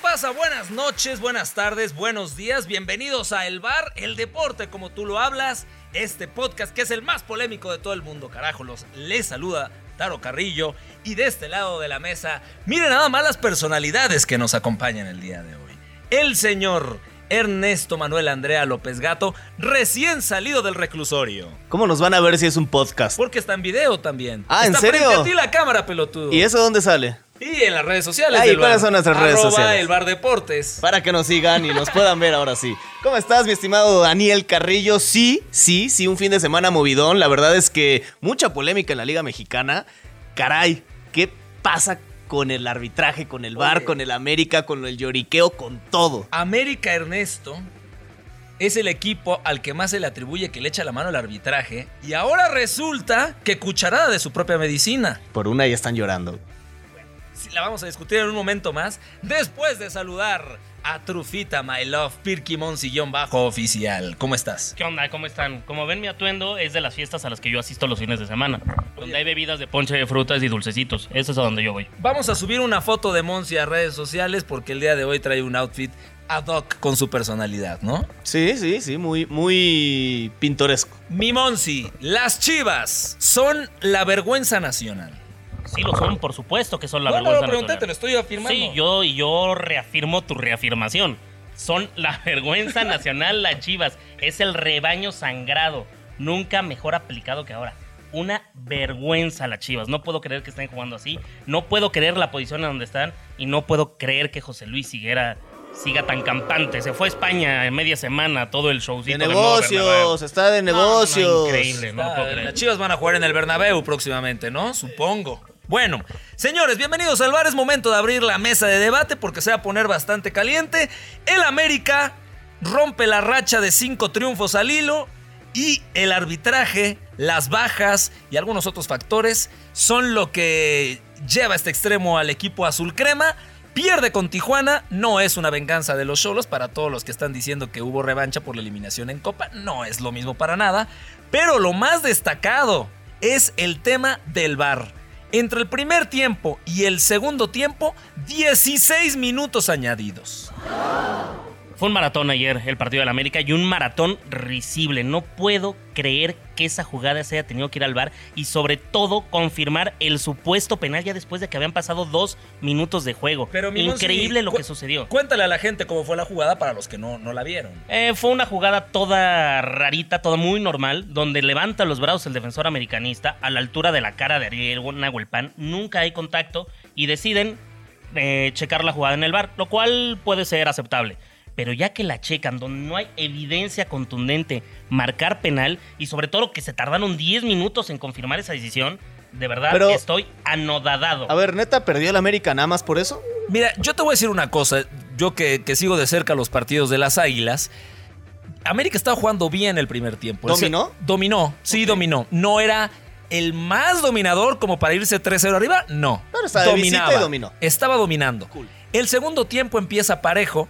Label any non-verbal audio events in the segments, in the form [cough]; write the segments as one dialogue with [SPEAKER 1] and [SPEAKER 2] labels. [SPEAKER 1] pasa? Buenas noches, buenas tardes, buenos días, bienvenidos a El Bar, el deporte como tú lo hablas, este podcast que es el más polémico de todo el mundo, carajo, los les saluda Taro Carrillo y de este lado de la mesa, miren nada más las personalidades que nos acompañan el día de hoy. El señor Ernesto Manuel Andrea López Gato, recién salido del reclusorio.
[SPEAKER 2] ¿Cómo nos van a ver si es un podcast?
[SPEAKER 1] Porque está en video también.
[SPEAKER 2] Ah, ¿en
[SPEAKER 1] Está
[SPEAKER 2] serio?
[SPEAKER 1] frente a ti la cámara, pelotudo.
[SPEAKER 2] ¿Y eso dónde sale?
[SPEAKER 1] Y en las redes sociales.
[SPEAKER 2] Ah, ¿y
[SPEAKER 1] del bar.
[SPEAKER 2] cuáles son nuestras redes
[SPEAKER 1] Arroba
[SPEAKER 2] sociales?
[SPEAKER 1] El Bar Deportes.
[SPEAKER 2] Para que nos sigan y nos puedan ver ahora sí. ¿Cómo estás, mi estimado Daniel Carrillo? Sí, sí, sí, un fin de semana movidón. La verdad es que mucha polémica en la Liga Mexicana. Caray, ¿qué pasa con el arbitraje, con el bar,
[SPEAKER 1] Oye.
[SPEAKER 2] con el América, con el lloriqueo, con todo?
[SPEAKER 1] América Ernesto es el equipo al que más se le atribuye que le echa la mano al arbitraje. Y ahora resulta que cucharada de su propia medicina.
[SPEAKER 2] Por una ya están llorando.
[SPEAKER 1] Si La vamos a discutir en un momento más. Después de saludar a Trufita, My Love, Pirky Sillón Bajo Oficial. ¿Cómo estás?
[SPEAKER 3] ¿Qué onda? ¿Cómo están? Como ven, mi atuendo es de las fiestas a las que yo asisto los fines de semana, donde hay bebidas de ponche de frutas y dulcecitos. Eso es a donde yo voy.
[SPEAKER 1] Vamos a subir una foto de Monsi a redes sociales porque el día de hoy trae un outfit ad hoc con su personalidad, ¿no?
[SPEAKER 2] Sí, sí, sí, muy, muy pintoresco.
[SPEAKER 1] Mi Monsi, las chivas son la vergüenza nacional.
[SPEAKER 3] Sí lo son, por supuesto que son la
[SPEAKER 1] no, no
[SPEAKER 3] vergüenza
[SPEAKER 1] lo pregunté,
[SPEAKER 3] nacional.
[SPEAKER 1] te lo estoy afirmando.
[SPEAKER 3] Sí, yo, y yo reafirmo tu reafirmación. Son la [laughs] vergüenza nacional las chivas. Es el rebaño sangrado. Nunca mejor aplicado que ahora. Una vergüenza las chivas. No puedo creer que estén jugando así. No puedo creer la posición en donde están. Y no puedo creer que José Luis Higuera siga tan campante. Se fue a España en media semana todo el
[SPEAKER 2] De
[SPEAKER 3] showcito. del nuevo Bernabéu.
[SPEAKER 2] negocios, está de
[SPEAKER 3] No, no, no,
[SPEAKER 2] negocios.
[SPEAKER 3] increíble, no lo puedo
[SPEAKER 1] Ah,
[SPEAKER 3] creer.
[SPEAKER 1] Las Chivas van a jugar en el Bernabéu próximamente, ¿no? Supongo. Bueno, señores, bienvenidos al bar. Es momento de abrir la mesa de debate porque se va a poner bastante caliente. El América rompe la racha de cinco triunfos al hilo y el arbitraje, las bajas y algunos otros factores son lo que lleva a este extremo al equipo azul crema. Pierde con Tijuana, no es una venganza de los Cholos para todos los que están diciendo que hubo revancha por la eliminación en Copa, no es lo mismo para nada, pero lo más destacado es el tema del VAR. Entre el primer tiempo y el segundo tiempo, 16 minutos añadidos.
[SPEAKER 3] Fue un maratón ayer el partido del América y un maratón risible. No puedo creer que esa jugada se haya tenido que ir al bar y sobre todo confirmar el supuesto penal ya después de que habían pasado dos minutos de juego.
[SPEAKER 1] mi Monsi,
[SPEAKER 3] Increíble lo
[SPEAKER 1] cu-
[SPEAKER 3] que sucedió.
[SPEAKER 1] Cuéntale a la gente cómo fue la jugada para los que no, no la vieron.
[SPEAKER 3] Eh, fue una jugada toda rarita, toda muy normal, donde levanta los brazos el defensor americanista a la altura de la cara de Ariel Nahuel Pan. Nunca hay contacto y deciden eh, checar la jugada en el bar, lo cual puede ser aceptable. Pero ya que la checan, donde no hay evidencia contundente, marcar penal y sobre todo que se tardaron 10 minutos en confirmar esa decisión, de verdad
[SPEAKER 2] Pero-
[SPEAKER 3] estoy anodadado.
[SPEAKER 2] A ver, neta, perdió el América nada más por eso.
[SPEAKER 1] Mira, yo te voy a decir una cosa, yo que, que sigo de cerca los partidos de las Águilas. América estaba jugando bien el primer tiempo.
[SPEAKER 2] ¿Dominó?
[SPEAKER 1] Ese- dominó, sí, dominó. No era el más dominador como para irse 3-0 arriba, no.
[SPEAKER 2] Pero estaba de visita y dominó.
[SPEAKER 1] Estaba dominando. El segundo tiempo empieza parejo.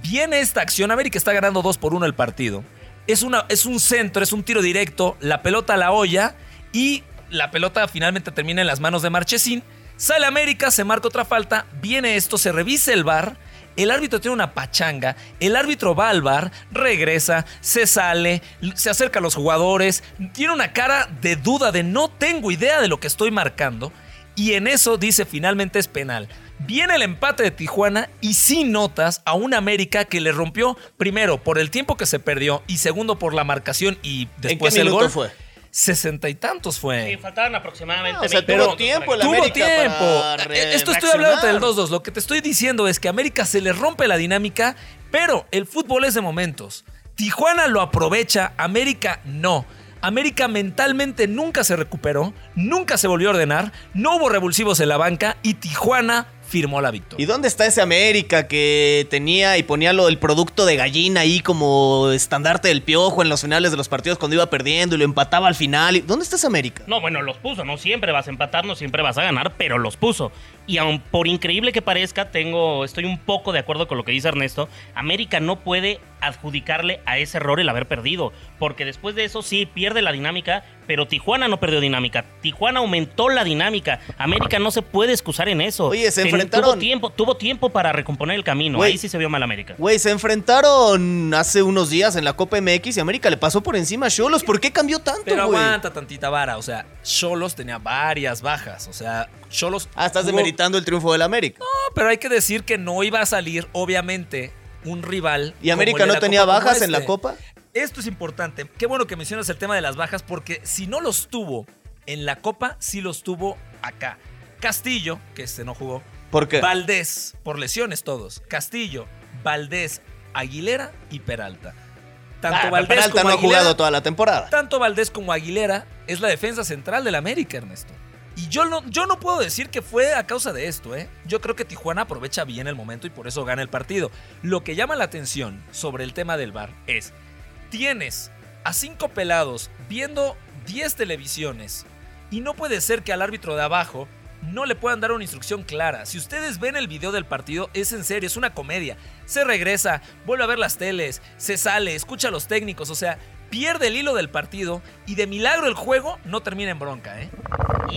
[SPEAKER 1] Viene esta acción. América está ganando 2 por 1 el partido. Es, una, es un centro, es un tiro directo. La pelota a la olla. Y la pelota finalmente termina en las manos de Marchesín. Sale América, se marca otra falta. Viene esto, se revisa el bar. El árbitro tiene una pachanga. El árbitro va al bar, regresa, se sale, l- se acerca a los jugadores. Tiene una cara de duda, de no tengo idea de lo que estoy marcando. Y en eso dice finalmente es penal. Viene el empate de Tijuana y sí notas a un América que le rompió primero por el tiempo que se perdió y segundo por la marcación y después
[SPEAKER 2] ¿En qué
[SPEAKER 1] el
[SPEAKER 2] minuto
[SPEAKER 1] gol.
[SPEAKER 2] fue?
[SPEAKER 1] Sesenta y tantos
[SPEAKER 3] Sí,
[SPEAKER 1] fue.
[SPEAKER 3] faltaban aproximadamente
[SPEAKER 2] Ah, o sea,
[SPEAKER 3] 20
[SPEAKER 2] tuvo
[SPEAKER 3] minutos
[SPEAKER 2] tiempo
[SPEAKER 3] para
[SPEAKER 2] el
[SPEAKER 3] que-
[SPEAKER 1] Tuvo
[SPEAKER 2] América
[SPEAKER 1] tiempo. E-,
[SPEAKER 2] para re-
[SPEAKER 1] Esto estoy hablando del
[SPEAKER 2] reaccionar.
[SPEAKER 1] 2-2. Lo que te estoy diciendo es que a América se le rompe la dinámica, pero el fútbol es de momentos. Tijuana lo aprovecha, América no. América mentalmente nunca se recuperó, nunca se volvió a ordenar, no hubo revulsivos en la banca y Tijuana firmó la victoria.
[SPEAKER 2] ¿Y dónde está ese América que tenía y ponía lo del producto de gallina ahí como estandarte del piojo en los finales de los partidos cuando iba perdiendo y lo empataba al final? ¿Y ¿Dónde está ese América?
[SPEAKER 3] No, bueno, los puso, no siempre vas a empatar, no siempre vas a ganar, pero los puso. Y aun por increíble que parezca, tengo, estoy un poco de acuerdo con lo que dice Ernesto, América no puede adjudicarle a ese error el haber perdido. Porque después de eso sí pierde la dinámica, pero Tijuana no perdió dinámica. Tijuana aumentó la dinámica. América no se puede excusar en eso.
[SPEAKER 2] Oye, se
[SPEAKER 3] Ten-
[SPEAKER 2] enfrentaron-
[SPEAKER 3] Tuvo tiempo, tuvo tiempo para recomponer el camino.
[SPEAKER 2] Güey.
[SPEAKER 3] Ahí sí se vio mal América.
[SPEAKER 2] Güey, se enfrentaron hace unos días en la Copa MX y América le pasó por encima a Cholos. ¿Por qué cambió tanto,
[SPEAKER 1] Pero
[SPEAKER 2] güey?
[SPEAKER 1] aguanta tantita vara. O sea, Cholos tenía varias bajas. O sea, Cholos.
[SPEAKER 2] Ah, estás
[SPEAKER 1] jugó-
[SPEAKER 2] demeritando el triunfo del América.
[SPEAKER 1] No, pero hay que decir que no iba a salir, obviamente, un rival.
[SPEAKER 2] ¿Y
[SPEAKER 1] como el
[SPEAKER 2] América
[SPEAKER 1] de
[SPEAKER 2] no
[SPEAKER 1] la
[SPEAKER 2] tenía
[SPEAKER 1] Copa como
[SPEAKER 2] bajas en
[SPEAKER 1] este.
[SPEAKER 2] la Copa?
[SPEAKER 1] Esto es importante. Qué bueno que mencionas el tema de las bajas, porque si no los tuvo en la Copa, sí los tuvo acá. Castillo, que este no jugó.
[SPEAKER 2] ¿Por qué?
[SPEAKER 1] Valdés, por lesiones todos. Castillo, Valdés, Aguilera y Peralta. Tanto
[SPEAKER 2] Ah,
[SPEAKER 1] Valdés
[SPEAKER 2] Peralta
[SPEAKER 1] como
[SPEAKER 2] no ha
[SPEAKER 1] Aguilera-
[SPEAKER 2] jugado toda la temporada.
[SPEAKER 1] tanto Valdés como Aguilera es la defensa central del América, Ernesto. Y yo no, yo no puedo decir que fue a causa de esto, ¿eh? Yo creo que Tijuana aprovecha bien el momento y por eso gana el partido. Lo que llama la atención sobre el tema del VAR es, tienes a cinco pelados viendo 10 televisiones y no puede ser que al árbitro de abajo no le puedan dar una instrucción clara. Si ustedes ven el video del partido, es en serio, es una comedia. Se regresa, vuelve a ver las teles, se sale, escucha a los técnicos, o sea, pierde el hilo del partido y de milagro el juego no termina en bronca, ¿eh?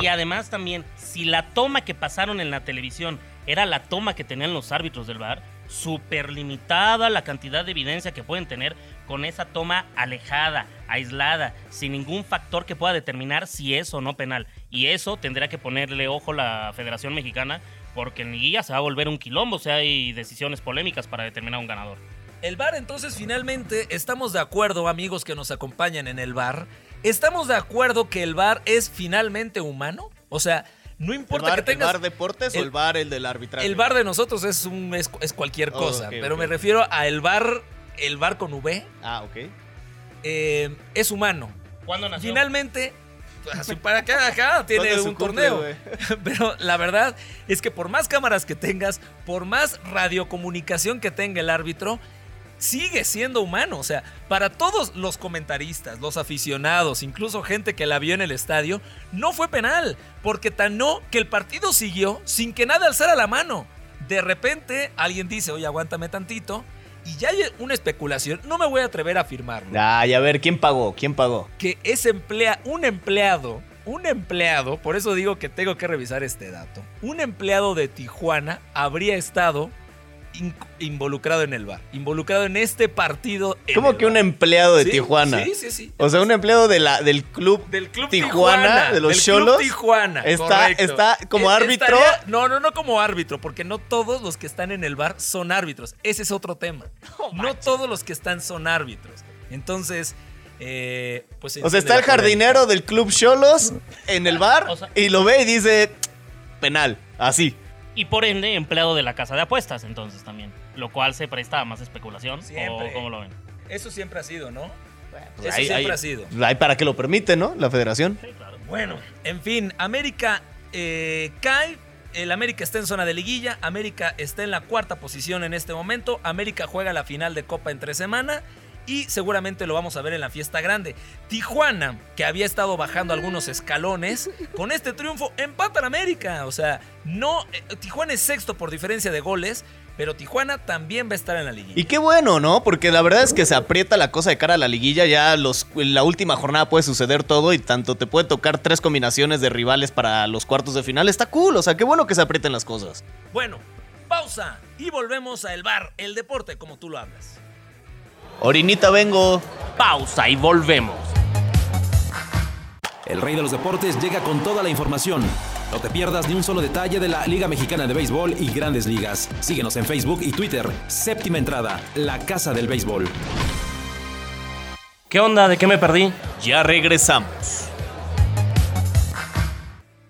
[SPEAKER 3] Y además también, si la toma que pasaron en la televisión era la toma que tenían los árbitros del bar, súper limitada la cantidad de evidencia que pueden tener con esa toma alejada, aislada, sin ningún factor que pueda determinar si es o no penal. Y eso tendrá que ponerle ojo la Federación Mexicana porque en guía se va a volver un quilombo si hay decisiones polémicas para determinar un ganador.
[SPEAKER 1] El VAR, entonces, finalmente, estamos de acuerdo, amigos que nos acompañan en el VAR. ¿Estamos de acuerdo que el Var es finalmente humano? O sea, no
[SPEAKER 2] ¿El
[SPEAKER 1] importa
[SPEAKER 2] bar,
[SPEAKER 1] que tengas.
[SPEAKER 2] el bar deportes o
[SPEAKER 1] el-
[SPEAKER 2] el bar el del arbitraje?
[SPEAKER 1] El bar de nosotros es un es, es cualquier
[SPEAKER 2] Oh,
[SPEAKER 1] cosa,
[SPEAKER 2] ok,
[SPEAKER 1] pero
[SPEAKER 2] ok.
[SPEAKER 1] me refiero a el bar, el bar con V,
[SPEAKER 2] Ah, ok.
[SPEAKER 1] eh, es humano.
[SPEAKER 3] ¿Cuándo nació?
[SPEAKER 1] Finalmente, así para acá, acá tiene
[SPEAKER 2] ¿Cuándo es su
[SPEAKER 1] un
[SPEAKER 2] cumple,
[SPEAKER 1] torneo.
[SPEAKER 2] güey? [laughs]
[SPEAKER 1] [laughs] Pero la verdad es que por más cámaras que tengas, por más radiocomunicación que tenga el árbitro, sigue siendo humano. O sea, para todos los comentaristas, los aficionados, incluso gente que la vio en el estadio, no fue penal, porque tan no que el partido siguió sin que nada alzara la mano. De repente alguien dice, oye, aguántame tantito, y ya hay una especulación, no me voy a atrever a afirmarlo
[SPEAKER 2] Ah, y a ver, ¿quién pagó? ¿Quién pagó?
[SPEAKER 1] que es emplea, un empleado, un empleado, por eso digo que tengo que revisar este dato, un empleado de Tijuana habría estado in- involucrado en el bar, involucrado en este partido. en
[SPEAKER 2] ¿Cómo
[SPEAKER 1] el
[SPEAKER 2] que un
[SPEAKER 1] VAR?
[SPEAKER 2] empleado de
[SPEAKER 1] Sí,
[SPEAKER 2] Tijuana?
[SPEAKER 1] Sí, sí, sí.
[SPEAKER 2] O sea, un empleado de la, del club
[SPEAKER 1] Del club
[SPEAKER 2] Tijuana,
[SPEAKER 1] Tijuana,
[SPEAKER 2] de los
[SPEAKER 1] del
[SPEAKER 2] Cholos,
[SPEAKER 1] Club Tijuana.
[SPEAKER 2] está-
[SPEAKER 1] correcto.
[SPEAKER 2] está como
[SPEAKER 1] Eh,
[SPEAKER 2] árbitro.
[SPEAKER 1] estaría- no, no, no como árbitro, porque no todos los que están en el bar son árbitros. Ese es otro tema. No todos los que están son árbitros. Entonces, eh, pues.
[SPEAKER 2] O sea,
[SPEAKER 1] enciende
[SPEAKER 2] está el
[SPEAKER 1] la polémica.
[SPEAKER 2] jardinero del club Cholos en el bar
[SPEAKER 3] O sea-
[SPEAKER 2] y lo ve y dice penal, así.
[SPEAKER 3] Y por ende, empleado de la casa de apuestas, entonces también. Lo cual se presta a más especulación.
[SPEAKER 1] Siempre.
[SPEAKER 3] ¿O cómo lo ven?
[SPEAKER 1] Eso siempre ha sido, ¿no?
[SPEAKER 2] Pues
[SPEAKER 1] Eso
[SPEAKER 2] ahí-
[SPEAKER 1] siempre
[SPEAKER 2] ahí-
[SPEAKER 1] ha sido.
[SPEAKER 2] ahí para que lo permite, ¿no? La federación.
[SPEAKER 3] Sí, claro.
[SPEAKER 1] Bueno, en fin, América eh, cae. El América está en zona de liguilla. América está en la cuarta posición en este momento. América juega la final de Copa entre semana. Y seguramente lo vamos a ver en la fiesta grande. Tijuana, que había estado bajando algunos escalones, con este triunfo empatan América. O sea, no. eh, Tijuana es sexto por diferencia de goles, pero Tijuana también va a estar en la liguilla.
[SPEAKER 2] Y qué bueno, ¿no? Porque la verdad es que se aprieta la cosa de cara a la liguilla. Ya los, en la última jornada puede suceder todo y tanto te puede tocar tres combinaciones de rivales para los cuartos de final. Está cool, o sea, qué bueno que se aprieten las cosas.
[SPEAKER 1] Bueno, pausa y volvemos a El Bar, el deporte como tú lo hablas.
[SPEAKER 2] Orinita vengo.
[SPEAKER 3] Pausa y volvemos.
[SPEAKER 4] El rey de los deportes llega con toda la información. No te pierdas ni un solo detalle de la Liga Mexicana de Béisbol y Grandes Ligas. Síguenos en Facebook y Twitter. Séptima entrada, la casa del béisbol.
[SPEAKER 3] ¿Qué onda? ¿De qué me perdí?
[SPEAKER 2] Ya regresamos.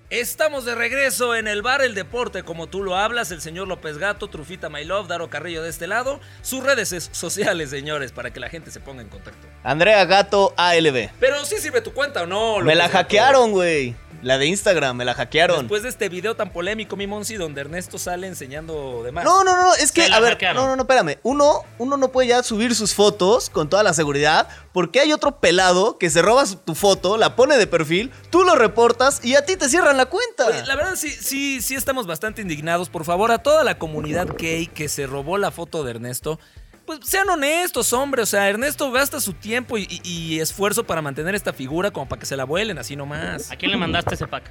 [SPEAKER 1] Estamos de regreso en el bar El Deporte, como tú lo hablas, el señor López Gato, Trufita My Love, Daro Carrillo de este lado, sus redes es- sociales, señores, para que la gente se ponga en contacto.
[SPEAKER 2] Andrea Gato ALB.
[SPEAKER 1] Pero sí sirve tu cuenta o no.
[SPEAKER 2] Me
[SPEAKER 1] López
[SPEAKER 2] la
[SPEAKER 1] Gato?
[SPEAKER 2] hackearon, güey. La de Instagram, me la hackearon.
[SPEAKER 1] Después de este video tan polémico, mi Monsi, donde Ernesto sale enseñando demás.
[SPEAKER 2] No, no, no, es que,
[SPEAKER 3] Se la
[SPEAKER 2] a ver,
[SPEAKER 3] hackearon.
[SPEAKER 2] no, no, no, espérame. Uno, uno no puede ya subir sus fotos con toda la seguridad porque hay otro pelado que se roba su- tu foto, la pone de perfil, tú lo reportas y a ti te cierran la cuenta.
[SPEAKER 1] Oye, la verdad sí, sí, sí estamos bastante indignados. Por favor, a toda la comunidad gay que se robó la foto de Ernesto, pues sean honestos, hombre. O sea, Ernesto gasta su tiempo y, y- y esfuerzo para mantener esta figura como para que se la vuelen así nomás.
[SPEAKER 3] ¿A quién le mandaste ese pack? Que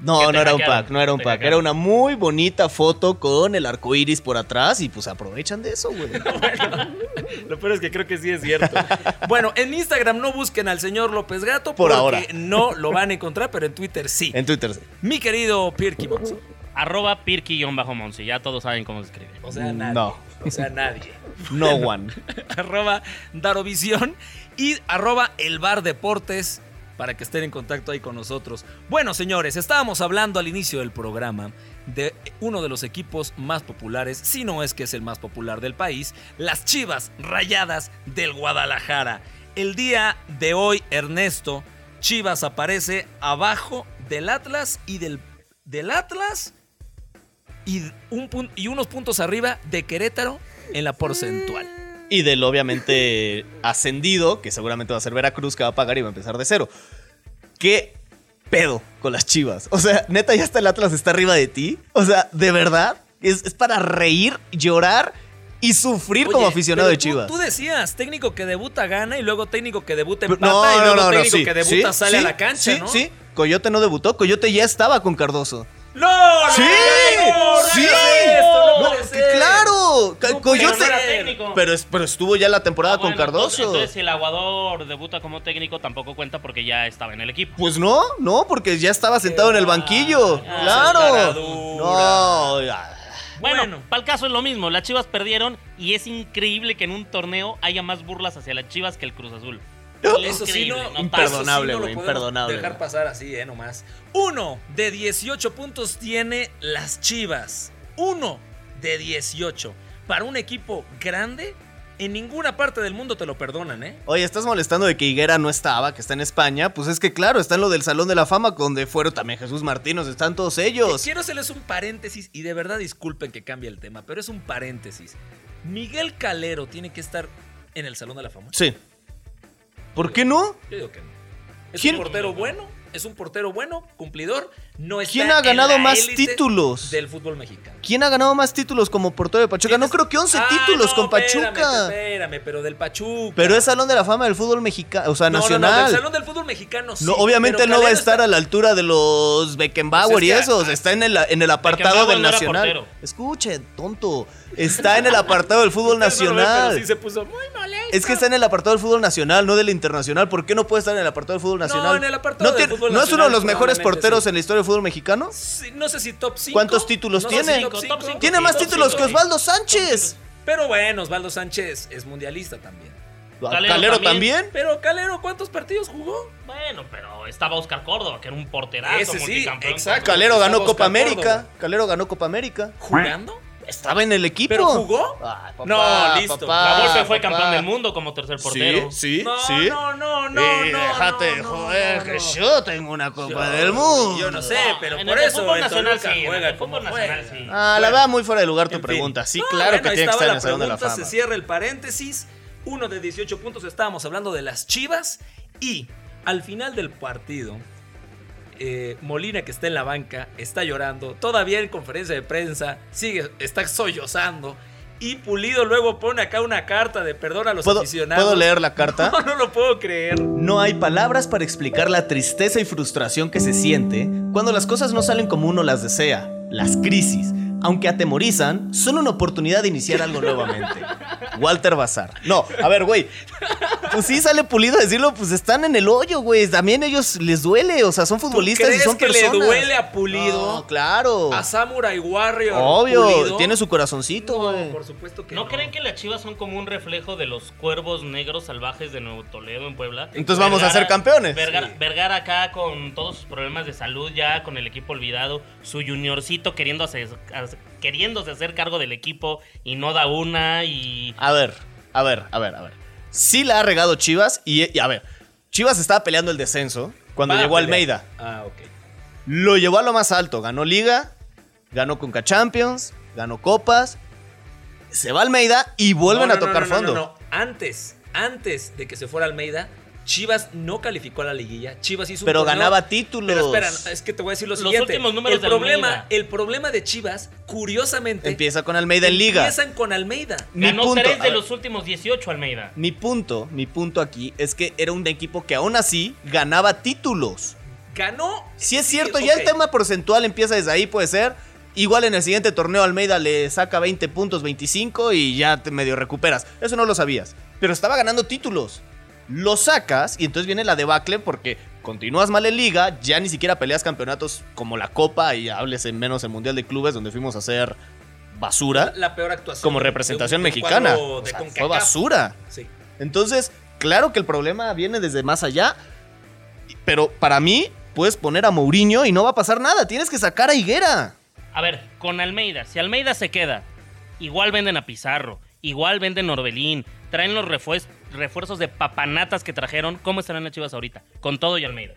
[SPEAKER 2] No,
[SPEAKER 3] te
[SPEAKER 2] no era un
[SPEAKER 3] hackearon,
[SPEAKER 2] pack, no era un
[SPEAKER 3] te
[SPEAKER 2] pack. Era
[SPEAKER 3] hackearon.
[SPEAKER 2] una muy bonita foto con el arco iris por atrás y pues aprovechan de eso,
[SPEAKER 3] [laughs]
[SPEAKER 2] güey.
[SPEAKER 3] Lo peor es que creo que sí es cierto.
[SPEAKER 1] [laughs] Bueno, en Instagram no busquen al señor López Gato
[SPEAKER 2] Por
[SPEAKER 1] porque
[SPEAKER 2] ahora.
[SPEAKER 1] no lo van a encontrar, pero en Twitter sí.
[SPEAKER 2] En Twitter. sí.
[SPEAKER 1] Mi querido Pirky Monks.
[SPEAKER 3] Arroba pirqui-monse, ya todos saben cómo se escribe.
[SPEAKER 1] O sea, nadie.
[SPEAKER 2] No.
[SPEAKER 1] O sea, nadie.
[SPEAKER 2] No one.
[SPEAKER 1] [laughs] arroba Darovisión y arroba El Bar Deportes para que estén en contacto ahí con nosotros. Bueno, señores, estábamos hablando al inicio del programa de uno de los equipos más populares, si no es que es el más popular del país, las Chivas Rayadas del Guadalajara. El día de hoy, Ernesto, Chivas aparece abajo del Atlas y del, del Atlas y, un pun- y unos puntos arriba de Querétaro en la porcentual.
[SPEAKER 2] Y del obviamente [laughs] ascendido, que seguramente va a ser Veracruz, que va a pagar y va a empezar de cero. ¿Qué pedo con las chivas? O sea, neta, ya hasta el Atlas está arriba de ti. O sea, de verdad, es, es para reír, llorar y sufrir como
[SPEAKER 1] Oye,
[SPEAKER 2] aficionado
[SPEAKER 1] pero
[SPEAKER 2] de
[SPEAKER 1] tú-
[SPEAKER 2] chivas.
[SPEAKER 1] Tú, decías técnico que debuta gana y luego técnico que debuta
[SPEAKER 2] Pero-
[SPEAKER 1] empata y luego técnico que debuta
[SPEAKER 2] sí,
[SPEAKER 1] sale a
[SPEAKER 2] sí,
[SPEAKER 1] la cancha,
[SPEAKER 2] sí,
[SPEAKER 1] ¿no?
[SPEAKER 2] Sí, Coyote no debutó, Coyote ya estaba con Cardoso.
[SPEAKER 1] ¡No! no,
[SPEAKER 2] ¡Sí!
[SPEAKER 1] no, no, no,
[SPEAKER 2] ¡Sí!
[SPEAKER 1] no hagas esto, no
[SPEAKER 2] No,
[SPEAKER 1] puede
[SPEAKER 2] que
[SPEAKER 1] ser.
[SPEAKER 2] ¡Claro! Ca-
[SPEAKER 1] No, pero
[SPEAKER 2] Coyote.
[SPEAKER 1] no era
[SPEAKER 3] técnico.
[SPEAKER 2] Pero es- pero estuvo ya la temporada
[SPEAKER 3] Ah,
[SPEAKER 2] con
[SPEAKER 3] bueno,
[SPEAKER 2] Cardoso.
[SPEAKER 3] Entonces, si el aguador debuta como técnico, tampoco cuenta porque ya estaba en el equipo.
[SPEAKER 2] Pues no, no, porque ya estaba sentado en el banquillo.
[SPEAKER 1] ya,
[SPEAKER 2] claro.
[SPEAKER 1] caradura.
[SPEAKER 2] No, ya.
[SPEAKER 3] Bueno,
[SPEAKER 1] Bueno.
[SPEAKER 3] para el caso es lo mismo. Las Chivas perdieron y es increíble que en un torneo haya más burlas hacia las Chivas que el Cruz Azul.
[SPEAKER 1] Eso sí,
[SPEAKER 3] Increíble,
[SPEAKER 1] no,
[SPEAKER 3] pasa.
[SPEAKER 1] eso sí no
[SPEAKER 2] Imperdonable,
[SPEAKER 1] lo
[SPEAKER 2] güey,
[SPEAKER 1] podemos
[SPEAKER 2] imperdonable.
[SPEAKER 1] Dejar pasar así, eh, nomás. Uno de 18 puntos tiene las Chivas. Uno de 18. Para un equipo grande, en ninguna parte del mundo te lo perdonan, ¿eh?
[SPEAKER 2] Oye, estás molestando de que Higuera no estaba, que está en España. Pues es que claro, está en lo del Salón de la Fama, donde fueron también Jesús Martínez, están todos ellos.
[SPEAKER 1] Quiero hacerles un paréntesis y de verdad disculpen que cambie el tema, pero es un paréntesis. Miguel Calero tiene que estar en el Salón de la Fama.
[SPEAKER 2] Sí. ¿Por qué no?
[SPEAKER 1] Yo digo que no. Es
[SPEAKER 2] ¿Quién-
[SPEAKER 1] un portero bueno, es un portero bueno, cumplidor. No está
[SPEAKER 2] ¿Quién ha
[SPEAKER 1] en
[SPEAKER 2] ganado
[SPEAKER 1] la
[SPEAKER 2] más
[SPEAKER 1] élite
[SPEAKER 2] títulos?
[SPEAKER 1] del fútbol mexicano?
[SPEAKER 2] ¿Quién ha ganado más títulos como portero de Pachuca? No
[SPEAKER 1] ¿Tienes-
[SPEAKER 2] creo que 11
[SPEAKER 1] Ah,
[SPEAKER 2] títulos
[SPEAKER 1] no,
[SPEAKER 2] con Pachuca.
[SPEAKER 1] espérame, Espérame, pero del Pachuca.
[SPEAKER 2] Pero es Salón de la Fama del fútbol mexicano, o sea,
[SPEAKER 1] No, no, no,
[SPEAKER 2] nacional.
[SPEAKER 1] del Salón del Fútbol Mexicano sí.
[SPEAKER 2] No, obviamente
[SPEAKER 1] pero
[SPEAKER 2] no va a
[SPEAKER 1] Calero
[SPEAKER 2] estar
[SPEAKER 1] está-
[SPEAKER 2] a la altura de los Beckenbauer
[SPEAKER 1] Pues es
[SPEAKER 2] y
[SPEAKER 1] que-
[SPEAKER 2] esos. Está en el, en el apartado
[SPEAKER 3] Beckenbauer
[SPEAKER 2] del
[SPEAKER 3] no era
[SPEAKER 2] Nacional.
[SPEAKER 3] portero.
[SPEAKER 2] Escuchen, tonto. Está en
[SPEAKER 1] [laughs]
[SPEAKER 2] el apartado del fútbol
[SPEAKER 1] Ustedes no lo ven, pero
[SPEAKER 2] nacional.
[SPEAKER 1] sí se puso muy molesto.
[SPEAKER 2] Es que está en el apartado del fútbol nacional, no del internacional. ¿Por qué no puede estar en el apartado del fútbol
[SPEAKER 1] No,
[SPEAKER 2] nacional?
[SPEAKER 1] en el apartado del
[SPEAKER 2] ¿No, tiene-
[SPEAKER 1] fútbol
[SPEAKER 2] ¿no es uno de los
[SPEAKER 1] nacional
[SPEAKER 2] mejores
[SPEAKER 1] probablemente
[SPEAKER 2] porteros
[SPEAKER 1] sí.
[SPEAKER 2] en la historia del fútbol mexicano?
[SPEAKER 1] Sí, No sé si top 5.
[SPEAKER 2] ¿Cuántos títulos tiene?
[SPEAKER 3] Top cinco.
[SPEAKER 2] Tiene más
[SPEAKER 3] Sí,
[SPEAKER 2] títulos que
[SPEAKER 3] sí.
[SPEAKER 2] Osvaldo Sánchez.
[SPEAKER 1] Pero bueno, Osvaldo Sánchez es mundialista también.
[SPEAKER 3] Calero
[SPEAKER 2] Ah, Calero,
[SPEAKER 3] también.
[SPEAKER 2] también.
[SPEAKER 1] Pero Calero, ¿cuántos partidos jugó?
[SPEAKER 3] Bueno, pero estaba Oscar Córdoba, que era un porterazo.
[SPEAKER 1] Ese sí,
[SPEAKER 3] multicampeón.
[SPEAKER 1] exacto.
[SPEAKER 2] Calero ganó
[SPEAKER 1] Oscar
[SPEAKER 2] Copa
[SPEAKER 1] Córdoba.
[SPEAKER 2] América. Calero ganó Copa América.
[SPEAKER 1] ¿Jugando?
[SPEAKER 2] Estaba en el equipo.
[SPEAKER 1] ¿Pero jugó?
[SPEAKER 2] Ay, papá,
[SPEAKER 1] No, listo.
[SPEAKER 2] papá,
[SPEAKER 3] La
[SPEAKER 1] Ah,
[SPEAKER 3] Volpe fue
[SPEAKER 2] papá.
[SPEAKER 3] campeón del mundo como tercer portero.
[SPEAKER 2] Sí, sí,
[SPEAKER 1] no,
[SPEAKER 2] sí.
[SPEAKER 1] no, no, no,
[SPEAKER 2] Y
[SPEAKER 1] no,
[SPEAKER 2] Eh, déjate
[SPEAKER 1] no, no,
[SPEAKER 2] joder,
[SPEAKER 1] no,
[SPEAKER 2] que
[SPEAKER 1] no.
[SPEAKER 2] yo tengo una Copa
[SPEAKER 1] Yo-
[SPEAKER 2] del Mundo.
[SPEAKER 1] Yo no sé, pero
[SPEAKER 3] En
[SPEAKER 1] por
[SPEAKER 3] el
[SPEAKER 1] eso
[SPEAKER 3] fútbol
[SPEAKER 1] el
[SPEAKER 3] nacional
[SPEAKER 1] Toluca
[SPEAKER 3] sí, en
[SPEAKER 1] juega
[SPEAKER 3] el fútbol
[SPEAKER 1] como
[SPEAKER 3] nacional
[SPEAKER 1] juega.
[SPEAKER 3] sí.
[SPEAKER 2] Ah, la va muy fuera de lugar tu
[SPEAKER 1] En fin.
[SPEAKER 2] pregunta. Sí,
[SPEAKER 1] No,
[SPEAKER 2] claro
[SPEAKER 1] bueno,
[SPEAKER 2] que tiene que
[SPEAKER 1] estaba
[SPEAKER 2] estar en
[SPEAKER 1] la
[SPEAKER 2] el Salón de la
[SPEAKER 1] pregunta,
[SPEAKER 2] Fama.
[SPEAKER 1] Se cierra el paréntesis. Uno de 18 puntos. Estábamos hablando de las chivas. Y al final del partido, eh, Molina, que está en la banca, está llorando. Todavía en conferencia de prensa, sigue, está sollozando. Y Pulido luego pone acá una carta de perdón a los
[SPEAKER 2] ¿Puedo,
[SPEAKER 1] aficionados.
[SPEAKER 2] puedo leer
[SPEAKER 1] [laughs]
[SPEAKER 2] la carta?
[SPEAKER 1] No, no lo puedo creer.
[SPEAKER 2] No hay palabras para explicar la tristeza y frustración que se siente cuando las cosas no salen como uno las desea. Las crisis, aunque atemorizan, son una oportunidad de iniciar algo nuevamente. Walter Bazar. No, a ver, güey. Pues sí, sale pulido a decirlo, pues están en el hoyo, güey. También ellos les duele, o sea, son futbolistas
[SPEAKER 1] crees
[SPEAKER 2] y son
[SPEAKER 1] que le
[SPEAKER 2] personas.
[SPEAKER 1] duele a Pulido?
[SPEAKER 2] No, claro.
[SPEAKER 1] A Samurai Warrior.
[SPEAKER 2] Obvio,
[SPEAKER 1] Pulido.
[SPEAKER 2] tiene su corazoncito, güey.
[SPEAKER 1] Por supuesto que
[SPEAKER 3] ¿No,
[SPEAKER 1] no.
[SPEAKER 3] creen que las chivas son como un reflejo de los cuervos negros salvajes de Nuevo Toledo en Puebla?
[SPEAKER 2] Entonces vamos a ser campeones.
[SPEAKER 3] Vergara,
[SPEAKER 1] Sí.
[SPEAKER 3] Vergara acá con todos sus problemas de salud, ya con el equipo olvidado, su juniorcito queriendo hacer- hacer- queriéndose hacer cargo del equipo y no da una y...
[SPEAKER 2] A ver, a ver, a ver, a ver. Sí la ha regado Chivas y, y a ver, Chivas estaba peleando el descenso cuando
[SPEAKER 1] Va a
[SPEAKER 2] llegó
[SPEAKER 1] pelear.
[SPEAKER 2] Almeida.
[SPEAKER 1] Ah, ok.
[SPEAKER 2] Lo llevó a lo más alto, ganó Liga, ganó Conca Champions, ganó Copas. Se va Almeida y vuelven
[SPEAKER 1] No,
[SPEAKER 2] a
[SPEAKER 1] no,
[SPEAKER 2] tocar
[SPEAKER 1] no, no,
[SPEAKER 2] fondo.
[SPEAKER 1] no, no. Antes, antes de que se fuera Almeida, Chivas no calificó a la liguilla. Chivas hizo un
[SPEAKER 2] Pero
[SPEAKER 1] torneo-
[SPEAKER 2] ganaba títulos.
[SPEAKER 1] Pero espera, es que te voy a decir lo
[SPEAKER 3] Los
[SPEAKER 1] siguiente.
[SPEAKER 3] últimos números
[SPEAKER 1] el
[SPEAKER 3] de
[SPEAKER 1] problema,
[SPEAKER 3] Almeida.
[SPEAKER 1] el problema de Chivas, curiosamente,
[SPEAKER 2] Empieza con Almeida en Liga.
[SPEAKER 1] empiezan con Almeida.
[SPEAKER 2] Mi
[SPEAKER 3] Ganó
[SPEAKER 2] punto,
[SPEAKER 3] tres
[SPEAKER 2] a
[SPEAKER 3] de
[SPEAKER 2] ver.
[SPEAKER 3] los últimos 18, Almeida.
[SPEAKER 2] Mi punto, mi punto aquí es que era un equipo que aún así ganaba títulos.
[SPEAKER 1] Ganó.
[SPEAKER 2] Si es
[SPEAKER 1] sí,
[SPEAKER 2] cierto, ya el
[SPEAKER 1] ok.
[SPEAKER 2] tema porcentual empieza desde ahí, puede ser. Igual en el siguiente torneo Almeida le saca 20 puntos, 25 y ya te medio recuperas. Eso no lo sabías. Pero estaba ganando títulos. Lo sacas y entonces viene la debacle porque continúas mal en liga, ya ni siquiera peleas campeonatos como la Copa y hables en menos el Mundial de Clubes donde fuimos a hacer basura
[SPEAKER 1] La peor actuación.
[SPEAKER 2] como
[SPEAKER 1] de un-
[SPEAKER 2] representación
[SPEAKER 1] de un
[SPEAKER 2] mexicana.
[SPEAKER 1] cuadro de
[SPEAKER 2] O sea, fue
[SPEAKER 1] CONCACAF.
[SPEAKER 2] basura.
[SPEAKER 1] Sí.
[SPEAKER 2] Entonces, claro que el problema viene desde más allá, pero para mí puedes poner a Mourinho y no va a pasar nada, tienes que sacar a Higuera.
[SPEAKER 3] A ver, con Almeida, si Almeida se queda, igual venden a Pizarro, igual venden Orbelín, traen los refuer- refuerzos de papanatas que trajeron. ¿Cómo estarán las Chivas ahorita? Con todo y Almeida.